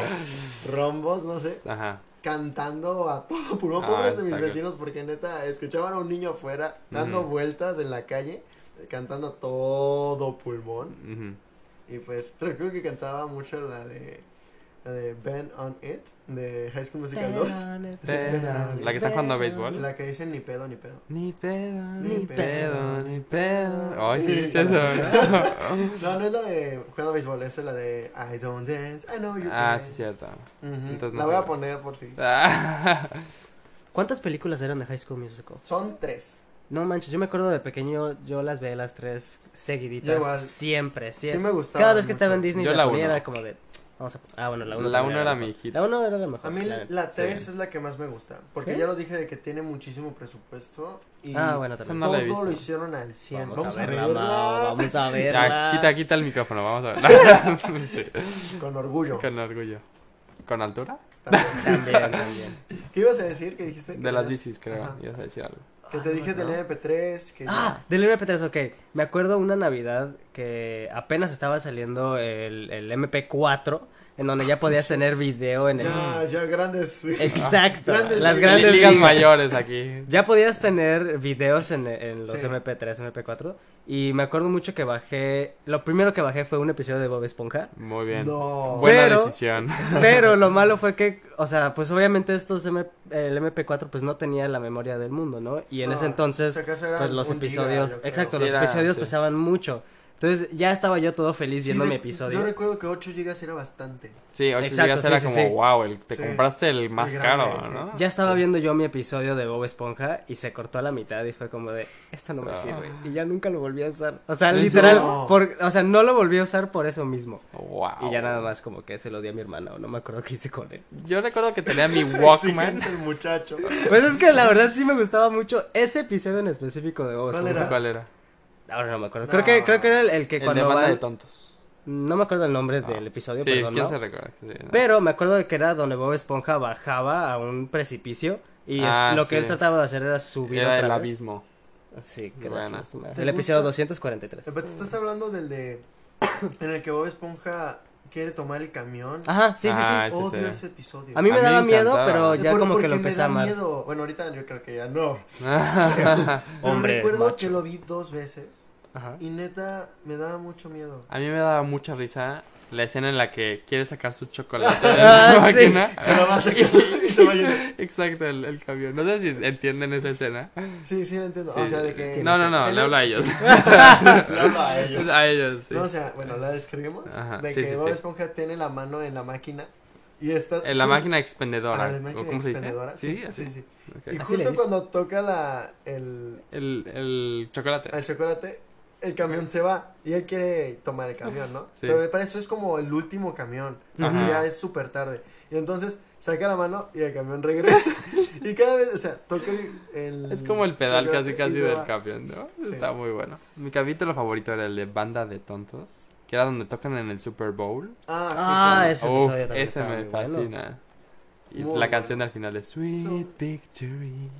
rombos, no sé, Ajá. cantando a todo pulmón, Ah, pobres de mis está bien. vecinos, porque neta, escuchaban a un niño afuera dando Ujú. vueltas en la calle, eh, cantando a todo pulmón, Ujú. y pues recuerdo que cantaba mucho la de... La de Ben on It, de High School Musical 2. Sí, Ben on It. La que está jugando a béisbol. La que dice ni pedo, ni pedo. Ni pedo, Ni ni pedo, pedo, ni pedo. Ay, sí, Sí, es claro. eso. No, no es la de jugando a béisbol, esa es la de I don't dance, I know you Ah, can. sí, cierto. Ujú, Entonces no La voy a sabe. poner por si. Ah, ¿Cuántas películas eran de High School Musical? Son tres. No manches, yo me acuerdo de peño, yo las veía las tres seguiditas. Yo igual. Siempre, Sí, siempre. me gustaba. Cada vez que estaba en Disney, Yo la, la ponía, uno. era como de. Vamos a... Ah, bueno, la 1 La uno era mi hit. La 1 era la mejor. A mí la- la tres sí. es la que más me gusta. Porque ¿Sí? ya lo dije de que tiene muchísimo presupuesto. Y Ah, bueno, Esa también. no la he todo visto. lo hicieron al 100. Vamos, a verla, Mao, vamos a verla. Ya, quita, quita el micrófono, vamos a ver. Sí, Con orgullo. Con orgullo. ¿Con altura? también. También, también. ¿Qué ibas a decir? ¿Qué dijiste? De Que las tenías- bicis, creo. Ajá. Ibas a decir algo. Que te dije del MP3. Que Ah, del MP3, ok. Me acuerdo una Navidad que apenas estaba saliendo el, el MP4, en donde ya podías tener video en el... Ya, ya grandes. Exacto, Grandes las ligas. grandes ligas ligas. mayores aquí. Ya podías tener videos en, en los Sí. MP3, MP4. Y me acuerdo mucho que bajé. Lo primero que bajé fue un episodio de Bob Esponja. Muy bien. No. Buena Pero- decisión. Pero lo malo fue que, o sea, pues obviamente estos M- el MP4 pues no tenía la memoria del mundo, ¿no? Y en No, ese entonces, si acaso eran pues los un giga, episodios, yo creo. exacto, Sí, los era, episodios sí. pesaban mucho. Entonces ya estaba yo todo feliz Sí, viendo mi de- episodio. Yo recuerdo que 8 GB era bastante. Sí, 8 Exacto, gigas sí, era sí, como, sí. wow, el, te Sí. compraste el más El grande, caro, sí. ¿no? Ya estaba Sí. viendo yo mi episodio de Bob Esponja y se cortó a la mitad y fue como de, esta no me Ah. sirve. Y ya nunca lo volví a usar. O sea, ¿En literal, serio? por, o sea, no lo volví a usar por eso mismo. Wow. Y ya nada más como que se lo di a mi hermana o no me acuerdo qué hice con él. Yo recuerdo que tenía *laughs* mi Walkman. Exigente el muchacho. Pues es que la verdad sí me gustaba mucho ese episodio en específico de Bob ¿Cuál Esponja. era? ¿Cuál era? Ahora no me acuerdo. No. Creo que creo que era el, el que El de cuando banda van- de tontos. no me acuerdo el nombre Ah. del episodio, sí, perdón. ¿quién ¿no? se recuerda? Sí, no. Pero me acuerdo de que era donde Bob Esponja bajaba a un precipicio y es- Ah, lo que sí. él trataba de hacer era subir era otra el vez. abismo. Sí, Buena. gracias. ma. ¿Te El episodio gusta? 243. Pero te estás hablando del de. *coughs* En el que Bob Esponja quiere tomar el camión. Ajá, sí, sí, sí. Ah, ese Odio sí. ese episodio. a mí me a mí daba me miedo, encantaba. pero ya Por- como que porque lo me empecé a da amar. miedo. Bueno, ahorita yo creo que ya no. *laughs* Pero Hombre, recuerdo macho. que lo vi dos veces Ajá. y neta me daba mucho miedo. A mí me daba mucha risa la escena en la que quiere sacar su chocolate de *laughs* Ah, la sí. máquina. Pero *laughs* va *laughs* a sacar y se va a llenar. Exacto, el, el camión. No sé si entienden esa escena. Sí, sí, lo entiendo. o Sí. sea, de que. No, no, no, que le hablo a ellos. *laughs* *laughs* Le hablo a *laughs* ellos. a ellos, sí. No, o sea, bueno, la describimos. Ajá, de sí, que sí, Bob sí. Esponja tiene la mano en la máquina y está. En Eh, la pues, máquina expendedora. ah, la máquina ¿o ¿Cómo se dice? expendedora, Sí, Sí, así. sí, sí. Ok. Y Así le justo dicen. cuando toca la, el, El, el chocolate. al chocolate, el camión se va y él quiere tomar el camión, ¿no? Sí. Pero para eso es como el último camión, Ajá. porque ya es súper tarde. Y entonces saca la mano y el camión regresa. *laughs* y cada vez, o sea, toca el... el Es como el pedal casi chocolate y casi se del va. camión, ¿no? Sí. Está muy bueno. Mi capítulo favorito era el de Banda de Tontos, que era donde tocan en el Super Bowl. Ah, sí, Ah, claro. ese Uf, episodio también ese estaba me muy bueno. fascina. Y Muy la bueno. canción al final es Sweet So- Victory.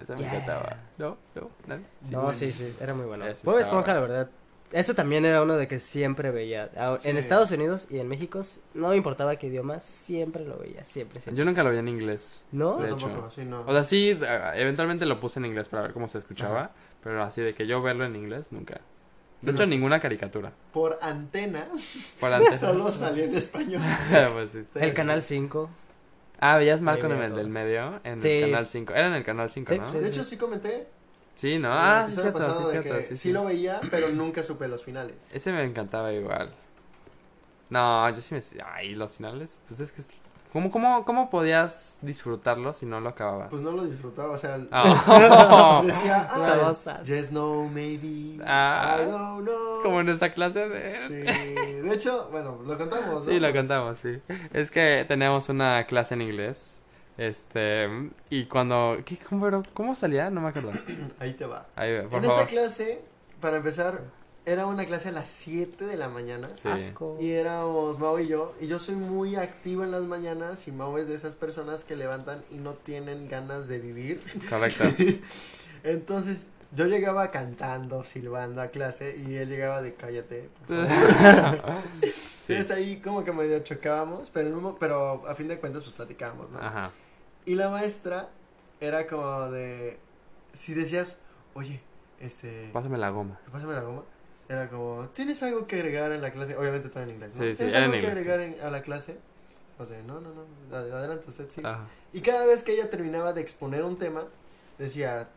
Esa me Yeah. encantaba. ¿No? ¿No? ¿Nadie? No, sí, sí, era muy bueno. Ese Bob estaba Esponja, la bueno. verdad. Eso también era uno de que siempre veía. Ah, En Sí. Estados Unidos y en México, s- no me importaba qué idioma, siempre lo veía, siempre, siempre. Yo nunca lo vi en inglés. ¿No? Yo de tampoco, hecho. sí, no. O sea, sí, eh, eventualmente lo puse en inglés para ver cómo se escuchaba, pero así de que yo verlo en inglés, nunca. De hecho, ninguna caricatura. Por *laughs* antena, Por antes. solo salió en español. *laughs* Pues sí. El Canal 5. Ah, veías Ahí Malcolm en veía el del todas. medio, en Sí. el canal 5. Era en el canal 5, Sí, ¿no? sí. Sí, De hecho, sí comenté. ¿no? en el Ah, sí, episodio cierto, pasado sí, de cierto. que Sí, sí, sí. lo veía, pero nunca supe los finales. Ese me encantaba igual. No, yo sí me. Ay, los finales. Pues es que. es- ¿Cómo, cómo, cómo podías disfrutarlo si no lo acababas? Pues no lo disfrutaba, o sea, Ah. *laughs* decía, Estaba ah, sad. yes, no, maybe, Ah. I don't know. *laughs* Como en esta clase de. Sí, Sí, de hecho, bueno, lo contamos, ¿no? lo Pues, cantamos, sí. Es que tenemos una clase en inglés. Este. Y cuando. ¿qué, cómo, era? ¿Cómo salía? No me acuerdo. Pues, Ahí te va. Ahí, por en favor. esta clase, para empezar, era una clase a las 7 de la mañana. Sí. Asco. Y éramos Mao y yo, y yo soy muy activo en las mañanas y Mao es de esas personas que levantan y no tienen ganas de vivir. Correcto. *laughs* Entonces, yo llegaba cantando, silbando a clase y él llegaba de cállate, *laughs* por favor". *laughs* Sí. Entonces ahí como que medio chocábamos, pero, en un mo- pero a fin de cuentas pues platicábamos, ¿no? Ajá. Y la maestra era como de, si decías, oye, este, Pásame la goma. pásame la goma, era como, ¿tienes algo que agregar en la clase? Obviamente todo en inglés, ¿no? Sí, sí, ¿Tienes era algo en que inglés, agregar en- a la clase? O sea, no, no, no, ad- adelante usted, sí. Ajá. Y cada vez que ella terminaba de exponer un tema, decía,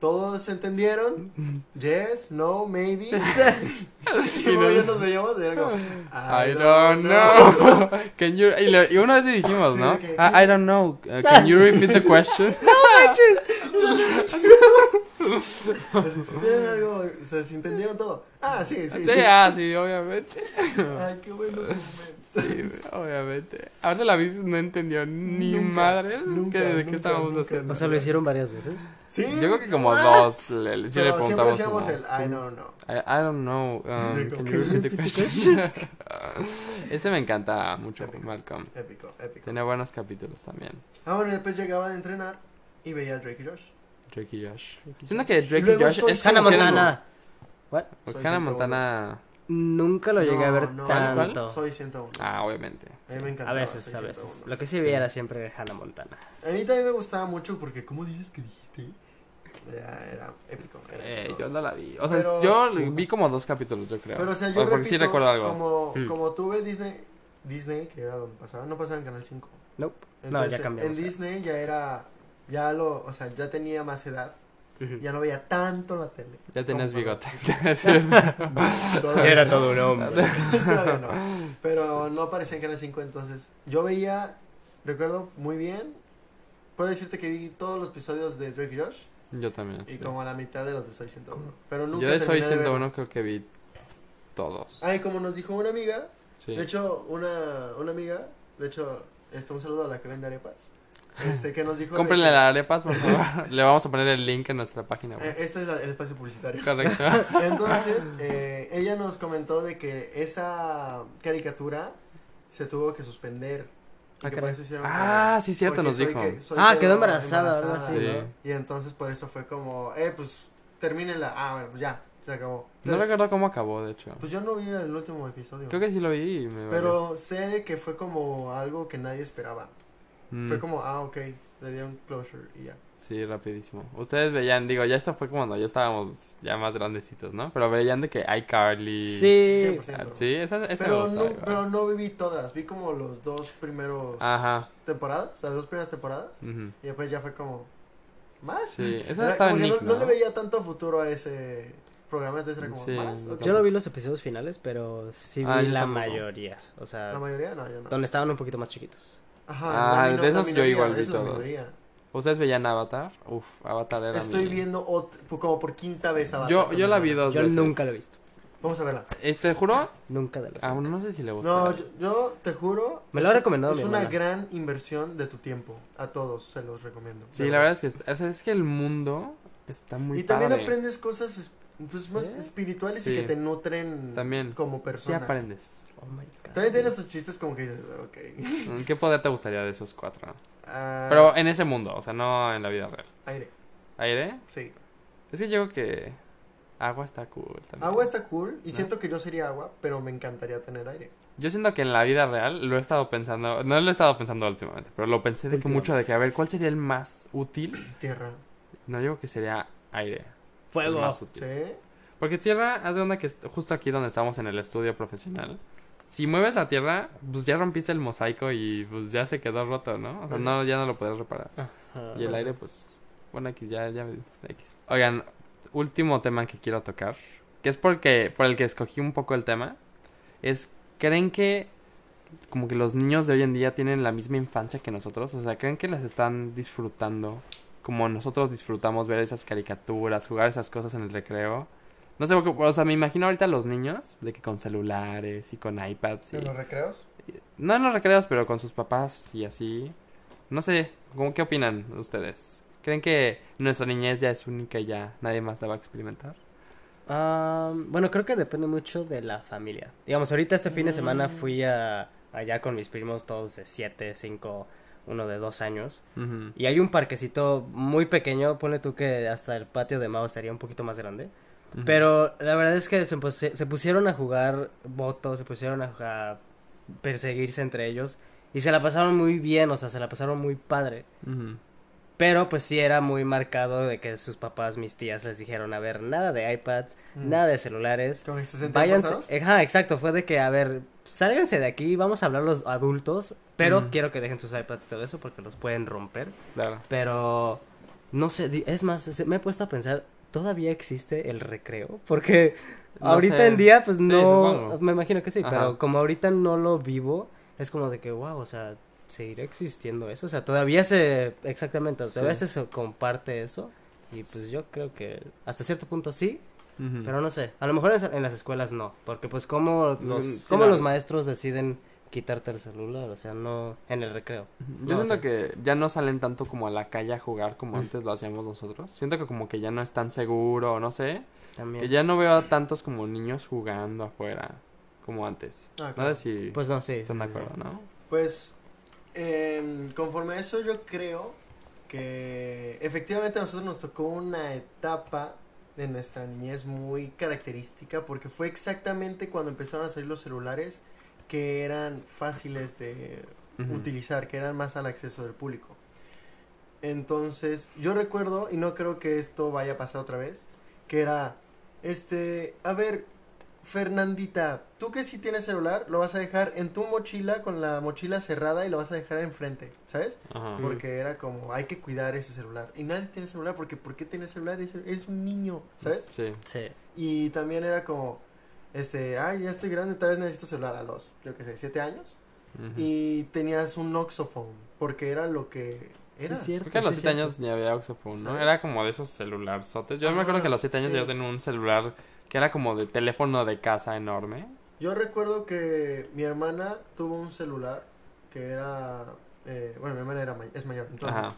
¿todos entendieron? *laughs* Yes, no, maybe. *laughs* y luego ya nos veíamos y era como, I, I don't know. *laughs* Can you, y, le- y una vez le dijimos, Sí, ¿no? de que- Ah, I don't know. Uh, can you repeat the question? Si, si tienen algo, o sea, si entendieron todo. Ah, *laughs* sí, sí, sí. Sí, ah, sí, *laughs* obviamente. Ay, qué buenos momentos. Sí, obviamente. Ahora la bici no entendió ni Nunca, madres *laughs* nunca, que, de qué nunca, estábamos nunca, haciendo. O sea, lo hicieron varias veces. Sí. Yo creo que como Ah. dos le, le- sí le Pero siempre preguntamos. hacíamos como, el I don't know. I, I don't know. um, can Sí, como you repeat the *laughs* question? *laughs* Ese me encanta mucho, Malcolm. Épico, épico. Tiene buenos capítulos también. Ah, bueno, y después llegaba de entrenar y veía a Drake y Josh. Drake y Josh. Drake y Siento que Drake y Luego Josh soy es Hannah como que- Montana. What? Soy Hannah 101. Montana Nunca lo llegué a ver No, no, tanto. Soy 101. Ah, obviamente. A mí me encantaba. A veces, Soy a veces. 101. Lo que sí veía era siempre Hannah Montana. A mí también me gustaba mucho porque, ¿cómo dices que dijiste? Era, era épico. era Eh, épico. yo no la vi. O sea, Pero- yo le- vi como dos capítulos, yo creo. Pero, o sea, O yo porque repito, sí recuerdo algo. Como, Mm. como tuve Disney, Disney, que era donde pasaba, no pasaba en Canal 5. Nope. no, Entonces, ya en cambiamos. eh. Disney ya era, ya lo, o sea, ya tenía más edad, Ujú. ya no veía tanto la tele. Ya tenías Como *laughs* bigote. para- *laughs* No, Ya todavía Era no. todo un hombre. *laughs* Todavía no. Pero no aparecía en Canal 5, entonces yo veía, recuerdo muy bien, puedo decirte que vi todos los episodios de Drake y Josh yo también. y sí. como a la mitad de los de Soy 101. Pero nunca Yo de Soy terminé de verlo. 101 creo que vi todos. Ay, como nos dijo una amiga, Sí. de hecho, una, una amiga, de hecho, este, un saludo a la que vende arepas, este, que nos dijo... de Cómprenle que- las arepas, *laughs* por favor. Le vamos a poner el link en nuestra página Eh, web. Este es la- el espacio publicitario. *laughs* Correcto. *laughs* Entonces, eh, ella nos comentó de que esa caricatura se tuvo que suspender. Y Ah, que por caray. eso hicieron Ah, sí, cierto, porque nos Soy dijo. que- Soy Ah, quedó embarazada, algo embarazada. así, Sí. ¿no? Y entonces por eso fue como, eh, pues termínenla. Ah, bueno, pues ya, se No acabó. Entonces, recuerdo cómo acabó, de hecho. Pues yo no vi el último episodio. Creo que sí lo vi y me valió. Pero sé de que fue como algo que nadie esperaba. Mm, Fue como, ah, ok, le dieron closure y ya. Sí, rapidísimo. Ustedes veían, digo, ya esto fue cuando ya estábamos ya más grandecitos, ¿no? Pero veían de que iCarly. Sí. 100%. Ah, Sí, esa, esa me Pero gusta, no, igual. pero no viví todas, vi como los dos primeros Ajá. temporadas, las dos primeras temporadas, Ujú. y después ya fue como más. Sí, eso Era estaba en como que Nick, no, no ¿no? le veía tanto futuro a ese programa, entonces era como Sí, más. ¿O qué? Yo no vi los episodios finales, pero sí vi Ah, yo la tampoco. mayoría. O sea, La mayoría no, yo no. donde estaban un poquito más chiquitos. Ajá, Ah, la mino- de la esos yo minoría, igual vi es la todos. minoría. ¿Ustedes veían Avatar? Uf, Avatar era Estoy mi- viendo ot- como por quinta vez a Yo, Avatar, yo la vi también. dos Yo veces. nunca lo he visto. Vamos a verla. Eh, ¿Te juro? Nunca de los. Ah, no sé si le gusta. No, yo, yo te juro. Me lo ha es- recomendado Es mi una hermana. gran inversión de tu tiempo. A todos se los recomiendo. Sí, de la verdad es que, es, o sea, es que el mundo está muy y también padre. aprendes cosas es- pues, más Sí. espirituales Sí. y que te nutren También. como Sí persona. aprendes. Oh my god. También tiene sus chistes como que dices, ok. Mm, ¿Qué poder te gustaría de esos cuatro? ah, Pero en ese mundo, o sea, no en la vida real. Aire, ¿Aire? sí. Es que yo creo que agua está cool también. Agua está cool y No. siento que yo sería agua, pero me encantaría tener aire. Yo siento que en la vida real lo he estado pensando, no lo he estado pensando últimamente, pero lo pensé de que mucho de que a ver cuál sería el más útil. Tierra, No digo que sería aire. El Fuego. más útil. ¿sí? Porque tierra, haz de onda que est- justo aquí donde estamos en el estudio profesional, si mueves la tierra, pues ya rompiste el mosaico y pues ya se quedó roto, ¿no? O sea, Pues sí. no, ya no lo puedes reparar. Ajá. Y el aire, pues, bueno, X, ya, ya, me- X. Oigan, último tema que quiero tocar, que es porque, por el que escogí un poco el tema, es, ¿creen que como que los niños de hoy en día tienen la misma infancia que nosotros? O sea, ¿creen que las están disfrutando como nosotros disfrutamos ver esas caricaturas, jugar esas cosas en el recreo? No sé, porque, o sea, me imagino ahorita los niños, de que con celulares y con iPads y... ¿En los recreos? No en los recreos, pero con sus papás y así. No sé, ¿cómo, ¿qué opinan ustedes? ¿Creen que nuestra niñez ya es única y ya nadie más la va a experimentar? Ah, bueno, creo que depende mucho de la familia. Digamos, ahorita este fin de semana fui a, allá con mis primos, todos de 7, 5, uno de 2 años. Ujú. Y hay un parquecito muy pequeño, ponle tú que hasta el patio de Mao estaría un poquito más grande. Ujú. Pero la verdad es que se, puse- se pusieron a jugar votos, se pusieron a, jugar- perseguirse entre ellos. Y se la pasaron muy bien, o sea, se la pasaron muy padre. Ujú. Pero pues sí era muy marcado de que sus papás, mis tías, les dijeron, a ver, nada de iPads, Mm. nada de celulares. ¿Con el 60 pasados? Váyanse, eh, ajá, exacto, fue de que, a ver, sálganse de aquí, vamos a hablar los adultos, pero Mm. quiero que dejen sus iPads y todo eso porque los pueden romper. Claro. Pero no sé, di- es más, se- me he puesto a pensar, ¿todavía existe el recreo? Porque No ahorita sé. en día, pues Sí, no, supongo. me imagino que sí, Ajá. pero como ahorita no lo vivo, es como de que, wow, o sea, ¿seguirá existiendo eso? O sea, todavía se, exactamente, todavía Sí. se comparte eso. Y pues yo creo que hasta cierto punto sí, Ujú. pero no sé, a lo mejor en, en las escuelas no, porque pues cómo los, Mm, sí, cómo la- los maestros deciden quitarte el celular, o sea, no en el recreo. Yo No, siento sí. que ya no salen tanto como a la calle a jugar como Mm. antes lo hacíamos nosotros. Siento que como que ya no es tan seguro, no sé. También. Que ya no veo a tantos como niños jugando afuera como antes. Ah, No claro. sé si Pues no, sí. están de sí, sí, sí. acuerdo, ¿no? Pues, em, conforme a eso, yo creo que efectivamente a nosotros nos tocó una etapa de nuestra niñez muy característica porque fue exactamente cuando empezaron a salir los celulares que eran fáciles de Ujú. utilizar, que eran más al acceso del público. Entonces, yo recuerdo, y no creo que esto vaya a pasar otra vez, que era, este, a ver, Fernandita, tú que si tienes celular, lo vas a dejar en tu mochila con la mochila cerrada y lo vas a dejar enfrente, ¿sabes? Ajá. Porque era como, hay que cuidar ese celular. Y nadie tiene celular porque ¿por qué tener celular? Eres, eres un niño, ¿sabes? Sí. Sí. Y también era como, este, ay, ya estoy grande, tal vez necesito celular a los, yo que sé, siete años. Ujú. Y tenías un Oxophone porque era lo que era. Sí, cierto, Creo que a los sí, 7 cierto. años ni había Oxophone, ¿no? ¿Sabes? Era como de esos celularzotes. Yo me acuerdo Ah, que a los 7 años sí. yo tenía un celular que era como de teléfono de casa enorme. Yo recuerdo que mi hermana tuvo un celular que era, eh, bueno, mi hermana era may- es mayor, entonces ah. Ajá.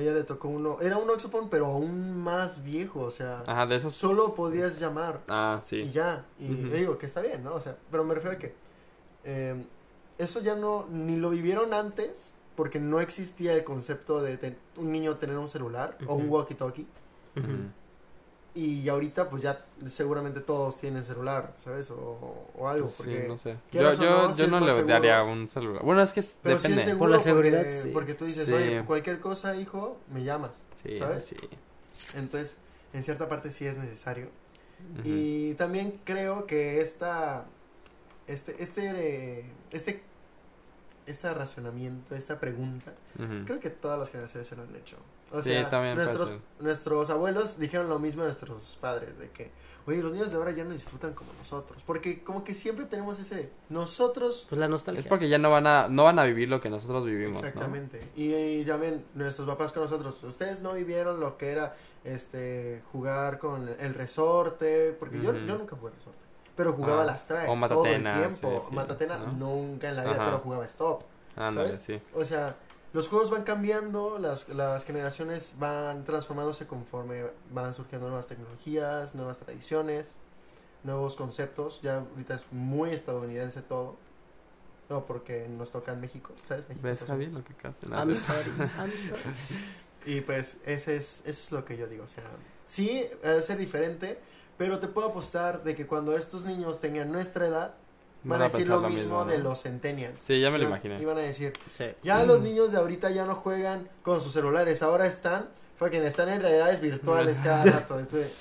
ella le tocó uno, era un Oxophone pero aún más viejo, o sea, Ajá, de esos. solo podías llamar. Ah, y sí. ya. Y Ujú. yo digo que está bien, ¿no? O sea, pero me refiero a que eh, eso ya no, ni lo vivieron antes, porque no existía el concepto de ten- un niño tener un celular o un Ujú. walkie-talkie. Ujú. Y ahorita, pues ya seguramente todos tienen celular, ¿sabes? O, o algo, porque... Pues Sí, no sé. Yo, quieras o yo, no, sí yo es no más le seguro. daría un celular. Bueno, es que es- Pero sí depende. es seguro Por la seguridad, porque, sí. porque tú dices, Sí. oye, cualquier cosa, hijo, me llamas. Sí, ¿sabes? sí. Entonces, en cierta parte sí es necesario. Ujú. Y también creo que esta, este, este, eh, este, este razonamiento, esta pregunta, Ujú. creo que todas las generaciones se lo han hecho. O Sí, sea, también puede nuestros, ser. nuestros abuelos dijeron lo mismo a nuestros padres, de que, oye, los niños de ahora ya no disfrutan como nosotros, porque como que siempre tenemos ese, nosotros, Pues la nostalgia. Es porque ya no van a no van a vivir lo que nosotros vivimos, ¿no? exactamente, y, y ya ven, nuestros papás con nosotros, ustedes no vivieron lo que era, este, jugar con el resorte, porque yo, Ujú. yo nunca jugué resorte. Pero jugaba Ah, las traes o todo el matatena, sí, tiempo. sí, matatena ¿no? nunca en la vida, Ajá. pero jugaba stop. Ándale, ¿Sabes? sí. O sea, los juegos van cambiando, las, las generaciones van transformándose conforme van surgiendo nuevas tecnologías, nuevas tradiciones, nuevos conceptos. Ya ahorita es muy estadounidense todo. No, porque nos toca en México, ¿sabes? México, ¿Ves, Estados Javi, Unidos. lo que casi I'm sorry, I'm *laughs* sorry. Y pues ese es, eso es lo que yo digo. O sea, sí, va a ser diferente, pero te puedo apostar de que cuando estos niños tengan nuestra edad, van a decir lo mismo de los centennials. Sí, ya me lo Iban- imaginé. Y van a decir, Sí. ya los Mm. niños de ahorita ya no juegan con sus celulares, ahora están, fucking, están en realidades virtuales cada rato. Entonces,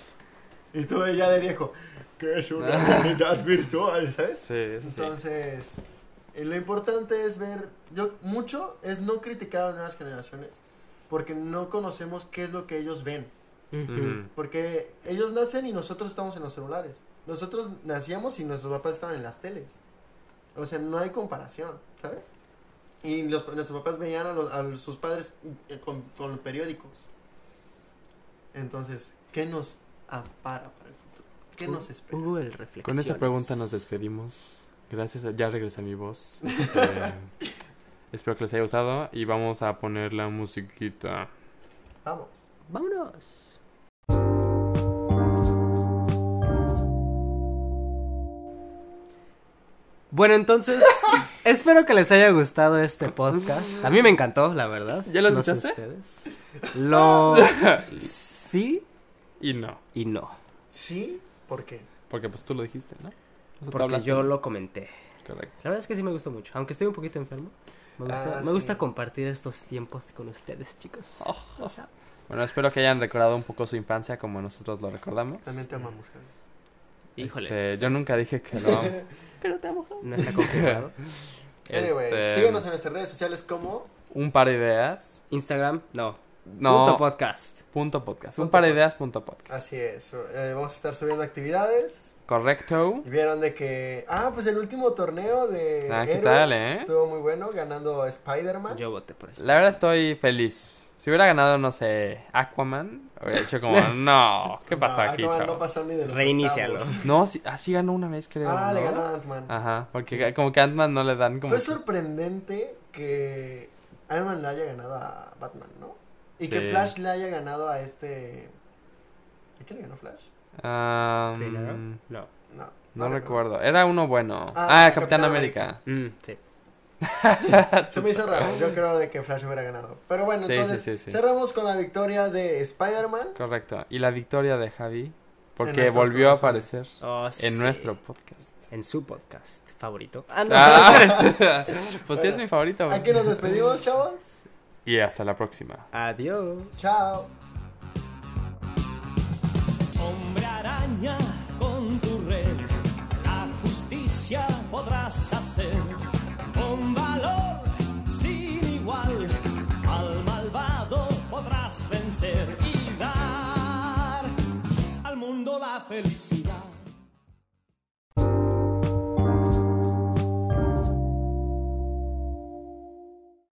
y tú ya de viejo, que es una realidad virtual, ¿sabes? Sí, eso sí. Entonces, eh, lo importante es ver, yo mucho es no criticar a las nuevas generaciones, porque no conocemos qué es lo que ellos ven. Ujú. Ujú. Porque ellos nacen y nosotros estamos en los celulares. Nosotros nacíamos y nuestros papás estaban en las teles. O sea, no hay comparación, ¿sabes? Y los, nuestros papás veían a, los- a sus padres eh, con, con los periódicos. Entonces, ¿qué nos ampara para el futuro? ¿Qué nos espera? Hugo el reflexión. Con esa pregunta nos despedimos. Gracias, a- ya regresé *laughs* mi voz. Este, espero que les haya gustado y vamos a poner la musiquita. Vamos. Vámonos. Bueno, entonces, *laughs* espero que les haya gustado este podcast. A mí me encantó, la verdad. ¿Ya lo No sé escuchaste? ustedes. *laughs* Lo... Sí y no, y no. ¿Sí? ¿Por qué? porque pues tú lo dijiste, ¿no? O sea, tú Porque hablaste. yo lo comenté. Correcto. La verdad es que sí me gustó mucho. Aunque estoy un poquito enfermo. Me gusta, Ah, me gusta sí. compartir estos tiempos con ustedes, chicos. Oh, Oh, O sea, Bueno, espero que hayan recordado un poco su infancia como nosotros lo recordamos. También te amamos, Javi. híjole. Este, yo nunca dije que *laughs* lo amo. No está *laughs* confirmado. Anyway, Este, síguenos en nuestras redes sociales como... Un par de ideas. Instagram, no. No. Punto podcast. Punto podcast. un Punto par de pod- ideas punto podcast. Así es. eh, vamos a estar subiendo actividades. Correcto. Y Vieron de que. Ah, pues el último torneo de. Ah, ¿qué héroes tal, eh? Estuvo muy bueno, ganando Spider-Man. Yo voté por eso. La verdad estoy feliz. Si hubiera ganado, no sé, Aquaman, hubiera dicho *laughs* como, no, ¿qué pasó Ah, No, aquí, Aquaman chavo? no pasó ni de los Reinícialo. octavos. No, sí, así ganó una vez, creo. Ah, *laughs* le ¿no? ganó a Ant-Man. Ajá, porque como que a Ant-Man no le dan como... Fue que- sorprendente que Ant-Man le haya ganado a Batman, ¿no? Y que Sí. Flash le haya ganado a este. ¿A quién le ganó Flash? Ah, Green Arrow? mm, No. No. no recuerdo. Era uno bueno. Ah, Ah, a Capitán Capitán América. Mm, sí. Se *laughs* me hizo raro. Yo creo de que Flash hubiera ganado. Pero bueno, Sí, sí, entonces sí, sí. cerramos con la victoria de Spider-Man. Correcto. Y la victoria de Javi Porque nuestros volvió a corazones. aparecer Oh, en sí. nuestro podcast. *laughs* En su podcast favorito. Ah, no. Ah, *laughs* pues sí es mi favorito. güey. Aquí nos despedimos, chavos. Y hasta la próxima. Adiós. Chao. Hombre araña con tu red, la justicia podrás hacer con valor sin igual. Al malvado podrás vencer y dar al mundo la felicidad.